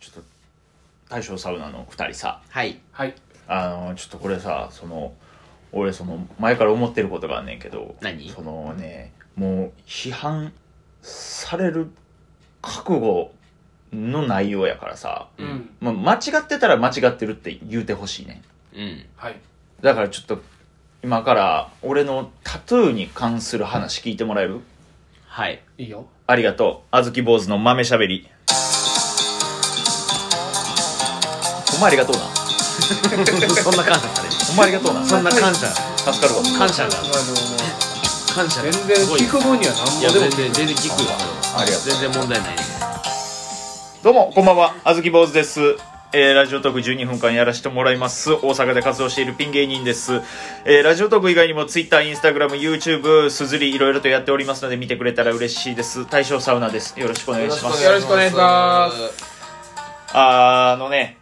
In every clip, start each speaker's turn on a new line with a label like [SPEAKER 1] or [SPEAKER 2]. [SPEAKER 1] ちょっと大正サウナの2人さ
[SPEAKER 2] はい
[SPEAKER 3] はい
[SPEAKER 1] あのちょっとこれさその俺その前から思ってることがあんねんけど
[SPEAKER 2] 何
[SPEAKER 1] そのねもう批判される覚悟の内容やからさ、
[SPEAKER 3] うん、
[SPEAKER 1] まあ、間違ってたら間違ってるって言うてほしいねん
[SPEAKER 2] うん
[SPEAKER 3] はい
[SPEAKER 1] だからちょっと今から俺のタトゥーに関する話聞いてもらえる
[SPEAKER 2] はい
[SPEAKER 3] いいよ
[SPEAKER 1] ありがとうあずき坊主の豆しゃべりほんまありがとうな
[SPEAKER 2] そんな感謝される
[SPEAKER 1] ほんまありがとうな
[SPEAKER 2] そんな感謝
[SPEAKER 1] 助かるわ
[SPEAKER 2] 感謝が
[SPEAKER 3] まあ
[SPEAKER 2] 感謝
[SPEAKER 3] でも
[SPEAKER 2] が
[SPEAKER 3] 全然
[SPEAKER 2] すごい
[SPEAKER 3] 聞く分には何
[SPEAKER 2] いや
[SPEAKER 3] もでも
[SPEAKER 2] 全然全然聞くよ
[SPEAKER 1] ありがとう
[SPEAKER 2] 全然問題ないね
[SPEAKER 1] どうもこんばんはあずき坊主です、えーラジオトーク12分間やらせてもらいます大阪で活動しているピン芸人です、えーラジオトーク以外にも TwitterInstagramYouTube すずりいろいろとやっておりますので見てくれたら嬉しいです大正サウナですよろしくお願いします
[SPEAKER 3] よろしくお願いします
[SPEAKER 1] あーあのね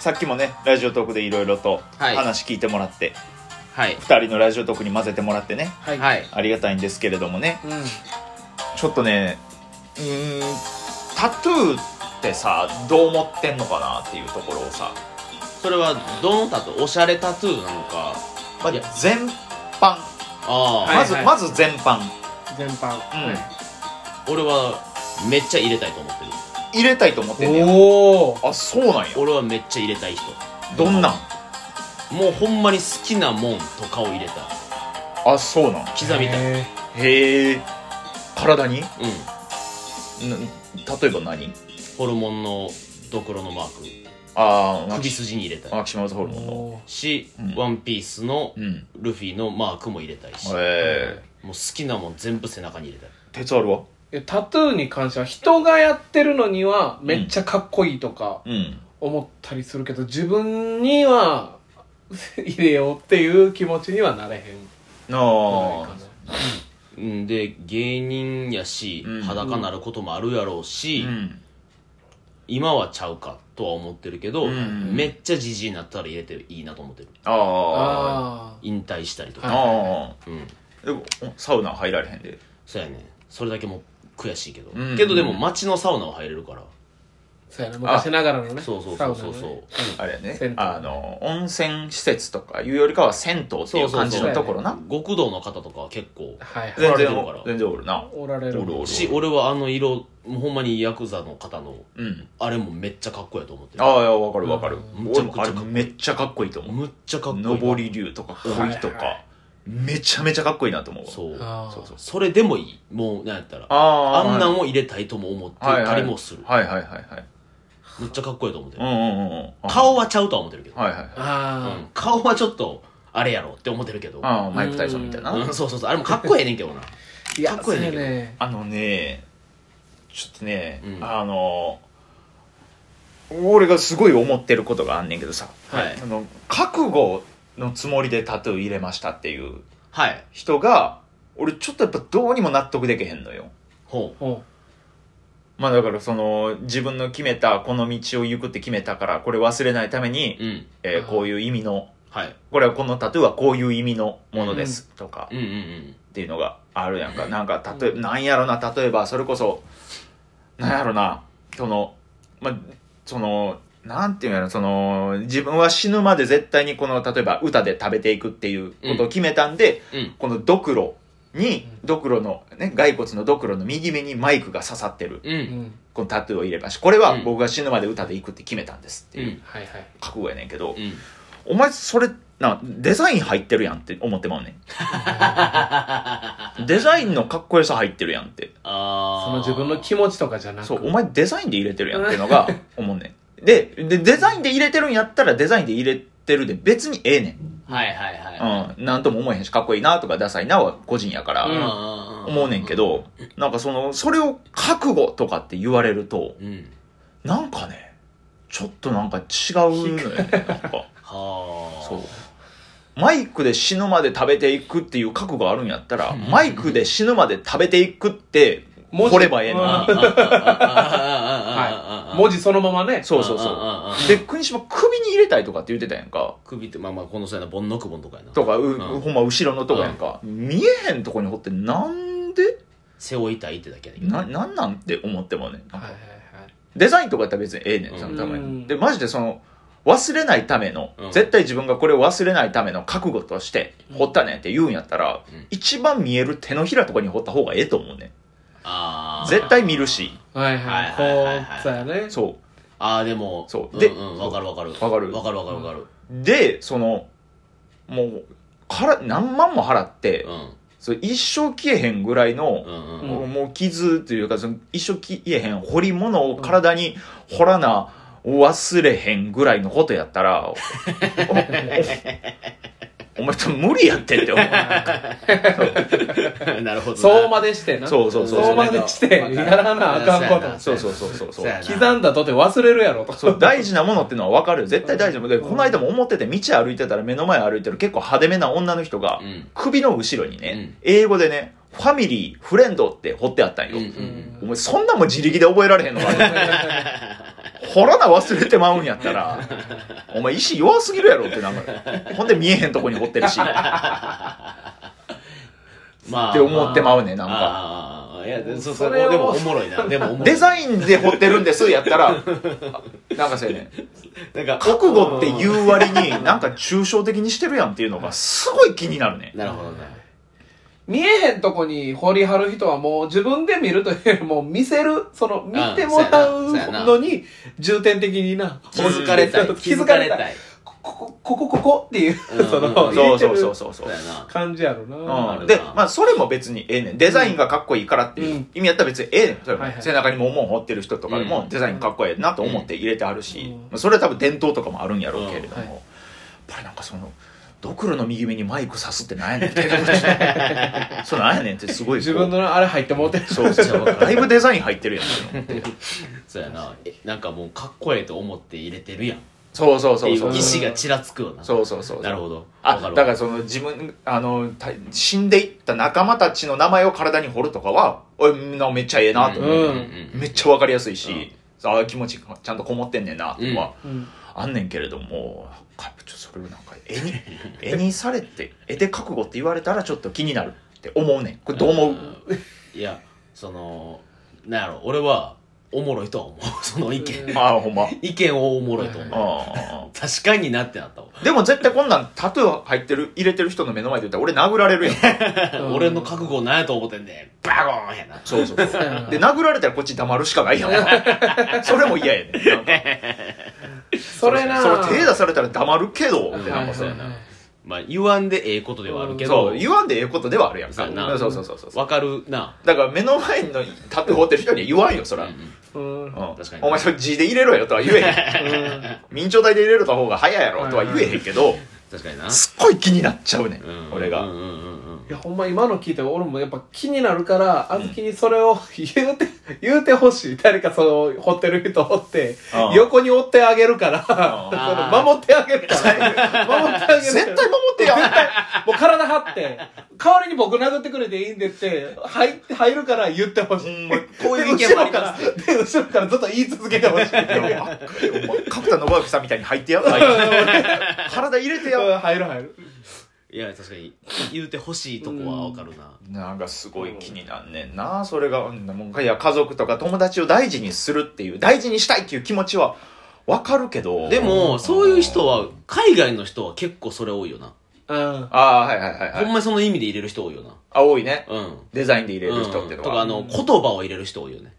[SPEAKER 1] さっきもねラジオトークでいろいろと
[SPEAKER 2] はい
[SPEAKER 1] 話聞いてもらって、
[SPEAKER 2] は
[SPEAKER 1] 二
[SPEAKER 2] い
[SPEAKER 1] 2人のラジオトークに混ぜてもらってね
[SPEAKER 3] はい、
[SPEAKER 2] はい
[SPEAKER 1] ありがたいんですけれどもね
[SPEAKER 3] うん
[SPEAKER 1] ちょっとねうーんタトゥーってさどう思ってんのかなっていうところをさ、
[SPEAKER 2] それはどのタトゥーおしゃれタトゥーなのか
[SPEAKER 1] まあ
[SPEAKER 2] いや
[SPEAKER 1] 全般
[SPEAKER 2] ああ、
[SPEAKER 3] はい
[SPEAKER 1] まず、まず全般
[SPEAKER 3] 全般、
[SPEAKER 2] 俺はめっちゃ入れたいと思ってる
[SPEAKER 1] 入れたいと思ってんねや
[SPEAKER 3] おお
[SPEAKER 1] あそうなんや
[SPEAKER 2] 俺はめっちゃ入れたい人
[SPEAKER 1] どんなん
[SPEAKER 2] もうほんまに好きなもんとかを入れたい
[SPEAKER 1] あそうなん
[SPEAKER 2] 刻みたいうん
[SPEAKER 3] い
[SPEAKER 1] へえ体にん例えば何
[SPEAKER 2] ホルモンのドクロのマー
[SPEAKER 1] あ
[SPEAKER 2] ク
[SPEAKER 1] あ
[SPEAKER 2] 首筋に入れたい
[SPEAKER 1] マキシマムズホルモンの
[SPEAKER 2] し、
[SPEAKER 1] うん
[SPEAKER 2] ワンピースの
[SPEAKER 1] うん
[SPEAKER 2] ルフィのマークも入れたいし、もう
[SPEAKER 1] ええ
[SPEAKER 2] 好きなもん全部背中に入れたい
[SPEAKER 1] 鉄あるわ
[SPEAKER 3] えタトゥーに関しては人がやってるのにはめっちゃかっこいいとか
[SPEAKER 1] うん
[SPEAKER 3] 思ったりするけど自分には 入れようっていう気持ちにはなれへん
[SPEAKER 1] ああ
[SPEAKER 2] うんで芸人やし、
[SPEAKER 1] うん
[SPEAKER 2] 裸なることもあるやろうし、
[SPEAKER 1] うん
[SPEAKER 2] 今はちゃうかとは思ってるけど、
[SPEAKER 1] うん
[SPEAKER 2] めっちゃじじいになったら入れていいなと思ってる
[SPEAKER 1] ああ
[SPEAKER 3] あ
[SPEAKER 2] 引退したりと
[SPEAKER 1] あ
[SPEAKER 2] か、
[SPEAKER 1] あ
[SPEAKER 2] うん
[SPEAKER 1] でもサウナ入られへんで
[SPEAKER 2] そうやねそれだけもう悔しいけど、
[SPEAKER 1] うん
[SPEAKER 2] けどでも街のサウナは入れるから
[SPEAKER 3] あそうやな昔ながらのね
[SPEAKER 2] そうそうそうそう
[SPEAKER 3] サ
[SPEAKER 2] そう、
[SPEAKER 3] ウナのね
[SPEAKER 1] あれやね
[SPEAKER 3] 銭湯
[SPEAKER 1] あの温泉施設とかいうよりかは銭湯って
[SPEAKER 2] そ
[SPEAKER 1] いう
[SPEAKER 2] そう
[SPEAKER 1] う
[SPEAKER 2] そう
[SPEAKER 1] 感じのところな
[SPEAKER 2] 極道の方とかは結構
[SPEAKER 3] はいはい
[SPEAKER 1] 全
[SPEAKER 2] そうやね
[SPEAKER 1] 然全然おるな
[SPEAKER 3] おられる
[SPEAKER 1] おるおる
[SPEAKER 2] し俺はあの色もうほんまにヤクザの方の
[SPEAKER 1] うん
[SPEAKER 2] あれもめっちゃかっこいいと思ってる
[SPEAKER 1] ああいやわかるわかる
[SPEAKER 2] うん
[SPEAKER 1] 俺もあれめっちゃかっこいいと思う
[SPEAKER 2] むっちゃかっこいいな
[SPEAKER 1] 上り竜とか
[SPEAKER 3] はい
[SPEAKER 1] 堀とかめちゃめちゃかっこいいなと思うわ
[SPEAKER 2] そう
[SPEAKER 3] あー
[SPEAKER 2] そうそうそれでもいいもうなんやったらあ
[SPEAKER 1] あー
[SPEAKER 2] んなん
[SPEAKER 1] はい
[SPEAKER 2] を入れたいとも思って
[SPEAKER 1] はい
[SPEAKER 2] たりもする、
[SPEAKER 1] はいはいはいはい
[SPEAKER 2] むっちゃかっこいいと思って
[SPEAKER 1] う
[SPEAKER 2] る、
[SPEAKER 1] んうんうんうん
[SPEAKER 2] 顔はちゃうとは思ってるけど、
[SPEAKER 1] はいはいはい
[SPEAKER 2] うん
[SPEAKER 3] あ
[SPEAKER 2] 顔はちょっとあれやろって思ってるけど、
[SPEAKER 1] ああマイク・タイソンみたいな
[SPEAKER 2] うんそうそうそうあれもかっこええねんけどな
[SPEAKER 3] あいや
[SPEAKER 2] かっこいいねんけど
[SPEAKER 3] そうやね
[SPEAKER 1] あのねちょっとね、
[SPEAKER 2] うん
[SPEAKER 1] あの俺がすごい思ってることがあんねんけどさ、
[SPEAKER 2] はい
[SPEAKER 1] あの覚悟のつもりでタトゥー入れましたっていう
[SPEAKER 2] はい
[SPEAKER 1] 人が俺ちょっとやっぱどうにも納得できへんのよ
[SPEAKER 2] ほう
[SPEAKER 3] ほ
[SPEAKER 1] まあだからその自分の決めたこの道を行くって決めたからこれ忘れないために、
[SPEAKER 2] うん
[SPEAKER 1] えーこういう意味の
[SPEAKER 2] はい
[SPEAKER 1] これはこのタトゥーはこういう意味のものですとか、
[SPEAKER 2] うんうんう
[SPEAKER 1] っ
[SPEAKER 2] ん
[SPEAKER 1] ていうのがあるやんかなんか例え
[SPEAKER 3] うん
[SPEAKER 1] なんやろな例えばそれこそなんやろなそのまあそのなんていうんやろその自分は死ぬまで絶対にこの例えば歌で食べていくっていうことを決めたんで、
[SPEAKER 2] うん
[SPEAKER 1] このドクロに
[SPEAKER 3] う
[SPEAKER 1] ドクロのね骸骨のドクロの右目にマイクが刺さってる
[SPEAKER 2] うんう
[SPEAKER 3] ううんん
[SPEAKER 1] このタトゥーを入れましたこれは
[SPEAKER 2] うん
[SPEAKER 1] 僕が死ぬまで歌でいくって決めたんですって
[SPEAKER 2] う
[SPEAKER 1] いうん
[SPEAKER 3] はいはい
[SPEAKER 1] 覚悟やねんけど、お前それなデザイン入ってるやんって思ってまうね んデザインのかっこよさ入ってるやんって
[SPEAKER 2] あー
[SPEAKER 3] その自分の気持ちとかじゃなく
[SPEAKER 1] そう、お前デザインで入れてるやんっていうの が思うねん。で、で、デザインで入れてるんやったらデザインで入れてるで別にええねん。
[SPEAKER 2] はいはいはい、
[SPEAKER 1] うん。なんとも思えへんし、かっこいいなとかダサいなは個人やから、
[SPEAKER 3] ん
[SPEAKER 1] 思うねんけど、なんかその、それを覚悟とかって言われると、
[SPEAKER 2] うん
[SPEAKER 1] なんかね、ちょっとなんか違うのよね、なんか。
[SPEAKER 2] はあ
[SPEAKER 1] そう。マイクで死ぬまで食べていくっていう覚悟あるんやったら、マイクで死ぬまで食べていくって、
[SPEAKER 3] 文字
[SPEAKER 1] 掘ればええのに。
[SPEAKER 3] うんはい文字そのままね
[SPEAKER 1] そうそうそう。で、国島首に入れたいとかって言ってたやんか。
[SPEAKER 2] 首ってまあまあこの際のボンノクボンとかやな
[SPEAKER 1] とか、う
[SPEAKER 2] うん
[SPEAKER 1] ほんま後ろのとこやんか。見えへんとこに掘って、なんで、
[SPEAKER 2] 背負いたいってだけやねんけど
[SPEAKER 1] な、なんなんって思ってもね。なん
[SPEAKER 3] はい
[SPEAKER 1] か
[SPEAKER 3] はい
[SPEAKER 1] デザインとかやったら別にええねんそのため
[SPEAKER 3] う
[SPEAKER 1] に
[SPEAKER 3] ん
[SPEAKER 1] でマジでその忘れないための、
[SPEAKER 2] うん
[SPEAKER 1] 絶対自分がこれを忘れないための覚悟として掘ったねんって言うんやったら、
[SPEAKER 2] うん
[SPEAKER 1] 一番見える手のひらとかに掘った方がええと思うね
[SPEAKER 2] あ
[SPEAKER 1] ん
[SPEAKER 2] ー
[SPEAKER 1] 絶対見るし
[SPEAKER 3] はいはいこ
[SPEAKER 2] はいはいはいはいう
[SPEAKER 3] そうやね
[SPEAKER 1] そ
[SPEAKER 2] あーでも
[SPEAKER 1] そうで
[SPEAKER 2] でうんわかるわかる
[SPEAKER 1] わかる
[SPEAKER 2] わかるわかるわかる
[SPEAKER 1] うでそのもうから何万も払って、
[SPEAKER 2] う
[SPEAKER 1] それ一生消えへんぐらいの、
[SPEAKER 2] んうんうん
[SPEAKER 1] もうもう傷というかその一生消えへん掘り物を体に掘らな忘れへんぐらいのことやった らおおお前ちょっと無理やってって思 う
[SPEAKER 2] なるほどな
[SPEAKER 3] そうまでしてな
[SPEAKER 1] そうそうそう
[SPEAKER 3] そうまでしてやらなあかんこと
[SPEAKER 1] そうそうそうそうそう
[SPEAKER 2] そうやな
[SPEAKER 3] 刻んだとて忘れるやろと
[SPEAKER 1] そう大事なものってのは分かるよ絶対大事なものでこの間も思ってて道歩いてたら目の前歩いてる結構派手めな女の人が
[SPEAKER 2] うん
[SPEAKER 1] 首の後ろにね、
[SPEAKER 2] うん
[SPEAKER 1] 英語でね「ファミリーフレンド」って掘ってあったんよ、
[SPEAKER 2] うんうん
[SPEAKER 1] お前そんなんも自力で覚えられへんのかよ ほらな忘れてまうんやったら、お前石弱すぎるやろってなんか、ほんで見えへんとこに掘ってる し、っ
[SPEAKER 2] まあ
[SPEAKER 1] て思ってまうね、なんか。
[SPEAKER 2] あーあーあーいやでそそ
[SPEAKER 3] そ
[SPEAKER 2] れ
[SPEAKER 3] れを
[SPEAKER 2] でもおもろ いなでもおもろい
[SPEAKER 1] デザインで掘ってるんですやったら、なんかそうやね、
[SPEAKER 2] なんか
[SPEAKER 1] 覚悟って言う割に、なんか抽象的にしてるやんっていうのがすごい気になるね。
[SPEAKER 2] なるほど ね
[SPEAKER 3] 見えへんとこに掘り張る人はもう自分で見るというよりも見せるその見てもらう
[SPEAKER 2] そうやな
[SPEAKER 3] のに重点的にな
[SPEAKER 2] 気づかれ たい
[SPEAKER 3] 気づかれたい
[SPEAKER 2] い
[SPEAKER 3] ここここここっていう
[SPEAKER 2] うん
[SPEAKER 3] その
[SPEAKER 2] うん
[SPEAKER 1] そ
[SPEAKER 3] 言
[SPEAKER 1] う
[SPEAKER 3] えて
[SPEAKER 1] そう
[SPEAKER 3] る
[SPEAKER 1] そうそうそ
[SPEAKER 2] そう
[SPEAKER 1] う。
[SPEAKER 2] やな
[SPEAKER 3] 感じやろな
[SPEAKER 2] う
[SPEAKER 1] うんん、で、まあ、それも別にええねん。デザインがかっこいいからっていううん意味やったら別にええねん。それも
[SPEAKER 3] はいはい
[SPEAKER 1] 背中にももを掘ってる人とかで
[SPEAKER 2] う
[SPEAKER 1] も
[SPEAKER 2] ん
[SPEAKER 1] デザインかっこええなと思って入れてあるし、
[SPEAKER 3] うん
[SPEAKER 1] まあそれは多分伝統とかもあるんやろうけれども、
[SPEAKER 3] うんはい
[SPEAKER 1] やっぱりなんかその、ドクロの右目にマイク刺すってなんやねんって。 そうなんやねんってすごいこう。
[SPEAKER 3] 自分のあれ入ってもうてる
[SPEAKER 1] そうそう。 だいぶデザイン入ってるやんって思って。
[SPEAKER 2] そうやなえなんかもうかっこええと思って入れてるやんって
[SPEAKER 1] そうそうそう
[SPEAKER 2] い
[SPEAKER 1] そうう。
[SPEAKER 2] 意志がちらつくよな
[SPEAKER 1] そうそうそう。
[SPEAKER 2] なるほど
[SPEAKER 1] あ、
[SPEAKER 2] わか
[SPEAKER 1] だ
[SPEAKER 2] るわ
[SPEAKER 1] からその自分、あの、た死んでいった仲間たちの名前を体に彫るとかは、おいなめっちゃええなと思う。
[SPEAKER 3] うん
[SPEAKER 1] めっちゃわかりやすいし、
[SPEAKER 2] うん
[SPEAKER 1] ああ気持ちがちゃんとこもってんねんなと
[SPEAKER 2] うん
[SPEAKER 1] か、
[SPEAKER 3] うん
[SPEAKER 1] あんねんけれどもやっぱちょっとそれをなんか絵に絵にされて絵で覚悟って言われたらちょっと気になるって思うねんこれどう思う、
[SPEAKER 2] いやそのなんやろ俺はおもろいとは思う その意見
[SPEAKER 1] ああほんま
[SPEAKER 2] 意見をおもろいと
[SPEAKER 3] はい
[SPEAKER 2] 思う
[SPEAKER 1] あ
[SPEAKER 2] 確かになってなったわ
[SPEAKER 1] あでも絶対こんなんタトゥー入ってる入れてる人の目の前で言ったら俺殴られるやん
[SPEAKER 3] うん
[SPEAKER 2] 俺の覚悟なんやと思ってんねんバゴーンやな
[SPEAKER 1] そうそう
[SPEAKER 3] そうやな
[SPEAKER 1] で殴られたらこっち黙るしかないやんそれも嫌やねんなんか
[SPEAKER 3] それな
[SPEAKER 1] それ手出されたら黙るけどってなんかそうや
[SPEAKER 3] はいはい
[SPEAKER 1] な
[SPEAKER 3] はい
[SPEAKER 2] まあ言わんでええことではあるけど
[SPEAKER 1] そう言わんでええことではあるやん
[SPEAKER 2] そ
[SPEAKER 1] か
[SPEAKER 2] うやな
[SPEAKER 1] そうそうそうそう
[SPEAKER 2] わかるな
[SPEAKER 1] だから目の前のタトゥー掘ってる人には言わんよそら、
[SPEAKER 2] うんうん
[SPEAKER 3] うん
[SPEAKER 1] うん
[SPEAKER 2] 確かに
[SPEAKER 1] お前それ字で入れろよとは言え へん明朝体で入れるた方が早いやろとは言えへんけど
[SPEAKER 2] 確かにな
[SPEAKER 1] すっごい気になっちゃうねん、
[SPEAKER 2] うん
[SPEAKER 1] 俺が、
[SPEAKER 2] うんうんうんうん
[SPEAKER 3] いやほんま今の聞いて俺もやっぱ気になるからあずきにそれを言うて、言うてほしい誰かその掘ってる人おって
[SPEAKER 1] うん
[SPEAKER 3] 横に追ってあげるから
[SPEAKER 2] あ
[SPEAKER 3] その守ってあげる から守ってあげる
[SPEAKER 1] 絶対守ってよ
[SPEAKER 3] もう体張って代わりに僕殴ってくれていいんでって入って入るから言ってほしい、
[SPEAKER 1] うんま
[SPEAKER 2] こういう意
[SPEAKER 3] で
[SPEAKER 2] 見もあ
[SPEAKER 3] 後ろ
[SPEAKER 2] り
[SPEAKER 3] か
[SPEAKER 2] ま
[SPEAKER 3] らで後ろからずっと言い続けてほしい
[SPEAKER 1] いやわかるよお前角田信明さんみたいに入ってやんない体入れてや
[SPEAKER 3] うん 入る入る
[SPEAKER 2] いや確かに言うてほしいとこはわかるな
[SPEAKER 1] なんかすごい気になんねんなそれがうんもういや家族とか友達を大事にするっていう大事にしたいっていう気持ちはわかるけど
[SPEAKER 2] でもそういう人は海外の人は結構それ多いよな
[SPEAKER 3] うん
[SPEAKER 1] ああはいはいはい
[SPEAKER 2] ほ
[SPEAKER 1] はい
[SPEAKER 2] んまにその意味で入れる人多いよな
[SPEAKER 1] あ多いね
[SPEAKER 2] うん
[SPEAKER 1] デザインで入れる人っていう
[SPEAKER 2] うん、
[SPEAKER 1] の
[SPEAKER 2] と
[SPEAKER 1] は、
[SPEAKER 2] かあの言葉を入れる人多いよね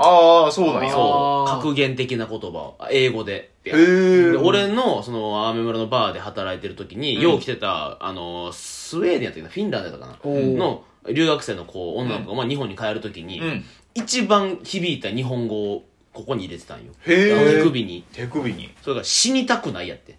[SPEAKER 1] ああそうなんや
[SPEAKER 2] そ
[SPEAKER 3] あ
[SPEAKER 2] う
[SPEAKER 3] ー
[SPEAKER 2] 格言的な言葉をあ英語で
[SPEAKER 1] へえ
[SPEAKER 2] で俺のそのアメ村のバーで働いてる時に、
[SPEAKER 1] うん
[SPEAKER 2] よう来てたあのスウェーデンやったかなフィンランドやったか
[SPEAKER 3] お
[SPEAKER 2] な
[SPEAKER 3] ー
[SPEAKER 2] の留学生の子女の子が、まあ、日本に帰る時に、
[SPEAKER 1] うん
[SPEAKER 2] 一番響いた日本語をここに入れてたんよ
[SPEAKER 1] へ
[SPEAKER 2] 手
[SPEAKER 1] え
[SPEAKER 2] 首に
[SPEAKER 1] 手首に
[SPEAKER 2] それが死にたくないやって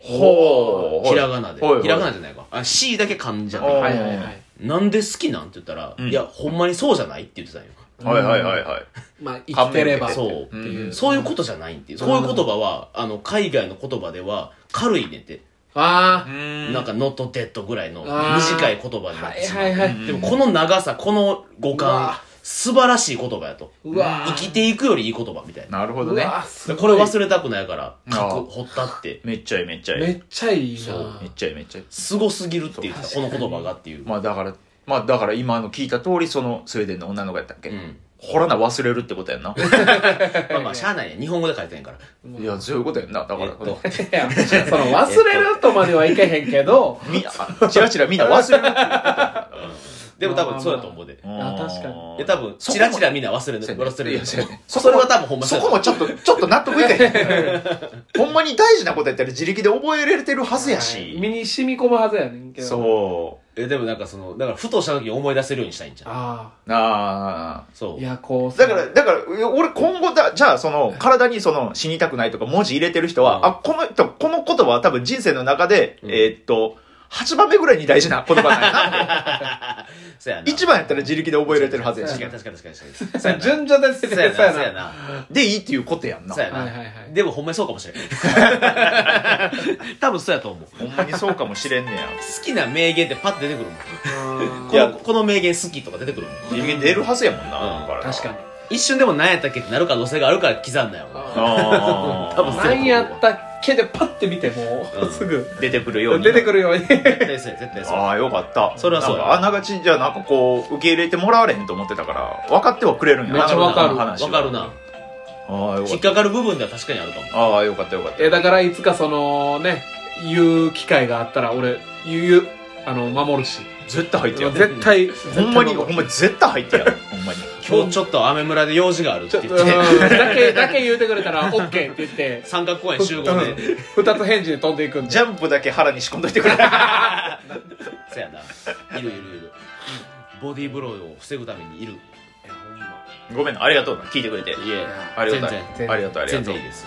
[SPEAKER 1] ほう
[SPEAKER 2] ひらがなで
[SPEAKER 1] はいはい
[SPEAKER 2] ひらがなじゃないかあ C だけ漢字じゃ
[SPEAKER 1] あー
[SPEAKER 2] な
[SPEAKER 3] はいいはいはい
[SPEAKER 2] なんで好きなんって言ったら、
[SPEAKER 1] うん
[SPEAKER 2] いやほんまにそうじゃないって言ってたんよ
[SPEAKER 1] はいはいはいはい。
[SPEAKER 3] まあ生きてれ
[SPEAKER 1] 感
[SPEAKER 3] ば
[SPEAKER 1] 銘
[SPEAKER 2] そ
[SPEAKER 1] 受
[SPEAKER 2] う
[SPEAKER 1] っていう
[SPEAKER 2] そういうことじゃないっていう。そういう言葉は、あの、海外の言葉では、軽いねって、
[SPEAKER 3] あ
[SPEAKER 2] なんか、ノットデッドぐらいの
[SPEAKER 3] あー
[SPEAKER 2] 短い言葉
[SPEAKER 3] あ
[SPEAKER 2] になっ
[SPEAKER 3] は
[SPEAKER 2] て
[SPEAKER 3] い
[SPEAKER 2] しまう。
[SPEAKER 3] はいはい、
[SPEAKER 2] でも、この長さ、この語
[SPEAKER 3] う
[SPEAKER 2] 感
[SPEAKER 3] わ、
[SPEAKER 2] 素晴らしい言葉やと。
[SPEAKER 3] うわ
[SPEAKER 2] 生きていくよりいい言葉みたいな。
[SPEAKER 1] なるほど
[SPEAKER 3] う
[SPEAKER 1] ね。
[SPEAKER 3] わす
[SPEAKER 2] で
[SPEAKER 3] ご
[SPEAKER 2] これ
[SPEAKER 3] い
[SPEAKER 2] 忘れたくないから、
[SPEAKER 1] うん
[SPEAKER 2] 書く、掘ったって、
[SPEAKER 1] めっちゃいいめっちゃいい。
[SPEAKER 3] め
[SPEAKER 1] めっ
[SPEAKER 3] っちゃいいな
[SPEAKER 2] そう
[SPEAKER 1] ちゃいいめっちゃいい。
[SPEAKER 2] すごすぎるって言ってた、この言葉がっていう。
[SPEAKER 1] まあだから、まあだから今の聞いた通り、そのスウェーデンの女の子やったっけ、
[SPEAKER 2] うん
[SPEAKER 1] 掘らな忘れるってことやんな
[SPEAKER 2] まあまあ、しゃあないや。日本語で書いてんから。
[SPEAKER 1] いやそういうことやんなだか
[SPEAKER 2] えっ
[SPEAKER 1] ら、
[SPEAKER 2] と、
[SPEAKER 3] いやその忘れるとまではいけへんけど、
[SPEAKER 1] みあチラチラみんな忘 れるって
[SPEAKER 2] でも多分そうやと思うで。
[SPEAKER 3] あ確かに
[SPEAKER 2] いや、多分、チラチラみんな忘れる。
[SPEAKER 1] そうやね
[SPEAKER 2] 忘れ
[SPEAKER 1] い
[SPEAKER 2] る
[SPEAKER 1] やそうやね。
[SPEAKER 2] それは多分ほんま
[SPEAKER 1] そ
[SPEAKER 2] そうや
[SPEAKER 1] こと
[SPEAKER 2] 思
[SPEAKER 1] もちょ
[SPEAKER 2] う
[SPEAKER 1] っと、ちょっと納得いってへん。 ほんまに大事なことやったら自力で覚えられてるはずや
[SPEAKER 3] 身
[SPEAKER 1] し。
[SPEAKER 3] に染み込むはずやねんけど。
[SPEAKER 1] そ
[SPEAKER 2] え、でもなんかその、だからふとした時に思い出せるようにしたいんじゃん。
[SPEAKER 3] あ
[SPEAKER 1] う。ああ。
[SPEAKER 2] そ
[SPEAKER 3] あ。
[SPEAKER 2] う
[SPEAKER 3] い。や、こう。
[SPEAKER 1] だから、、だから、俺今後だ、じゃあその、体にその、死にたくないとか文字入れてる人は、
[SPEAKER 2] うん
[SPEAKER 1] あ、この人、この言葉は多分人生の中で、
[SPEAKER 2] うん
[SPEAKER 1] えーっと、8番目ぐらいに大事な言葉なんやな。
[SPEAKER 2] そうやな。
[SPEAKER 1] 1番やったら自力で覚えられてるはずやし
[SPEAKER 2] 確。かに確かに確かに。そうやな。
[SPEAKER 3] 順序です
[SPEAKER 2] そう
[SPEAKER 3] ね。
[SPEAKER 2] やな。
[SPEAKER 3] そう
[SPEAKER 2] そう
[SPEAKER 3] や
[SPEAKER 2] や
[SPEAKER 3] な。
[SPEAKER 2] な。
[SPEAKER 1] でいいっていうことやんな
[SPEAKER 2] そう。や
[SPEAKER 3] はいはいは
[SPEAKER 2] な。
[SPEAKER 3] い
[SPEAKER 2] でもほんまにそうかもし れん。多分そうやと思う。好
[SPEAKER 1] ほんまにそうかもしれんねや。
[SPEAKER 2] きな名言ってパッと出てくるもん。
[SPEAKER 3] うん
[SPEAKER 1] い
[SPEAKER 2] こ
[SPEAKER 1] や
[SPEAKER 2] のこの名言好きとか出てくるもん。
[SPEAKER 1] 自力で出るはずやもんな。
[SPEAKER 2] うん
[SPEAKER 1] だら
[SPEAKER 3] 確かに。
[SPEAKER 2] 一瞬でも何やったっけってなる可能性があるから刻んだよ。
[SPEAKER 1] あー
[SPEAKER 2] 多分そう
[SPEAKER 3] 何やったっけでパッて見ても
[SPEAKER 2] うん
[SPEAKER 3] う、すぐ
[SPEAKER 1] 出てくるように。
[SPEAKER 3] 出てくるように。
[SPEAKER 2] 絶対そうや、絶対そうや。
[SPEAKER 1] ああよかった
[SPEAKER 2] それはそう
[SPEAKER 1] な
[SPEAKER 2] や
[SPEAKER 1] んかあながちじゃなんかこう受け入れてもらわれへんと思ってたから分かってはくれるんや
[SPEAKER 3] めっちゃ分かる
[SPEAKER 1] あの
[SPEAKER 2] わ
[SPEAKER 1] 話は
[SPEAKER 2] かるな。
[SPEAKER 1] ああよか
[SPEAKER 2] 引
[SPEAKER 1] っ
[SPEAKER 2] っかかる部分では確かにあるかも。
[SPEAKER 1] たああよかったよかった
[SPEAKER 3] え、だからいつかそのね、言う機会があったら俺、言う、あの、守るし。
[SPEAKER 1] 絶対入ってやる
[SPEAKER 3] 絶対、
[SPEAKER 1] ほんまにほ
[SPEAKER 3] 絶対守る
[SPEAKER 1] んまに絶対入ってやるほんまに
[SPEAKER 2] 今日ちょっと雨村で用事があるっ
[SPEAKER 3] ち
[SPEAKER 2] て
[SPEAKER 3] ょっと、
[SPEAKER 2] 言
[SPEAKER 3] う
[SPEAKER 2] っ
[SPEAKER 3] ん
[SPEAKER 2] て、
[SPEAKER 3] だけ、だけ言うてくれたら OK って言って、
[SPEAKER 2] 三角公園集合で。
[SPEAKER 3] 二つ返事で飛んでいくんで
[SPEAKER 1] ジ。ャンプだけ腹に仕込んどいてくれ
[SPEAKER 2] そうやな。いるいるいる。ボディーブローを防ぐためにいる。い
[SPEAKER 3] いやほんま
[SPEAKER 1] ごめんなありがとうな聞いてくれて
[SPEAKER 2] え、
[SPEAKER 1] ありがたい
[SPEAKER 2] 全
[SPEAKER 3] 然
[SPEAKER 1] ありがとうありが
[SPEAKER 2] 全
[SPEAKER 1] とう
[SPEAKER 2] 然いいです。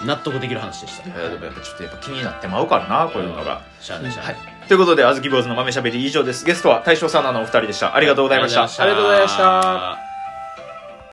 [SPEAKER 1] うん
[SPEAKER 2] 納得できる話でした。
[SPEAKER 1] いやでもやっぱちょっとやっぱ気になってまうからなこういうのが
[SPEAKER 2] しゃあないしゃあない。
[SPEAKER 1] ということであずき坊主の豆しゃべり以上ですゲストは大正サウナのお二人でしたありがとうございました
[SPEAKER 3] ありがとうございました
[SPEAKER 2] ありがとうございました。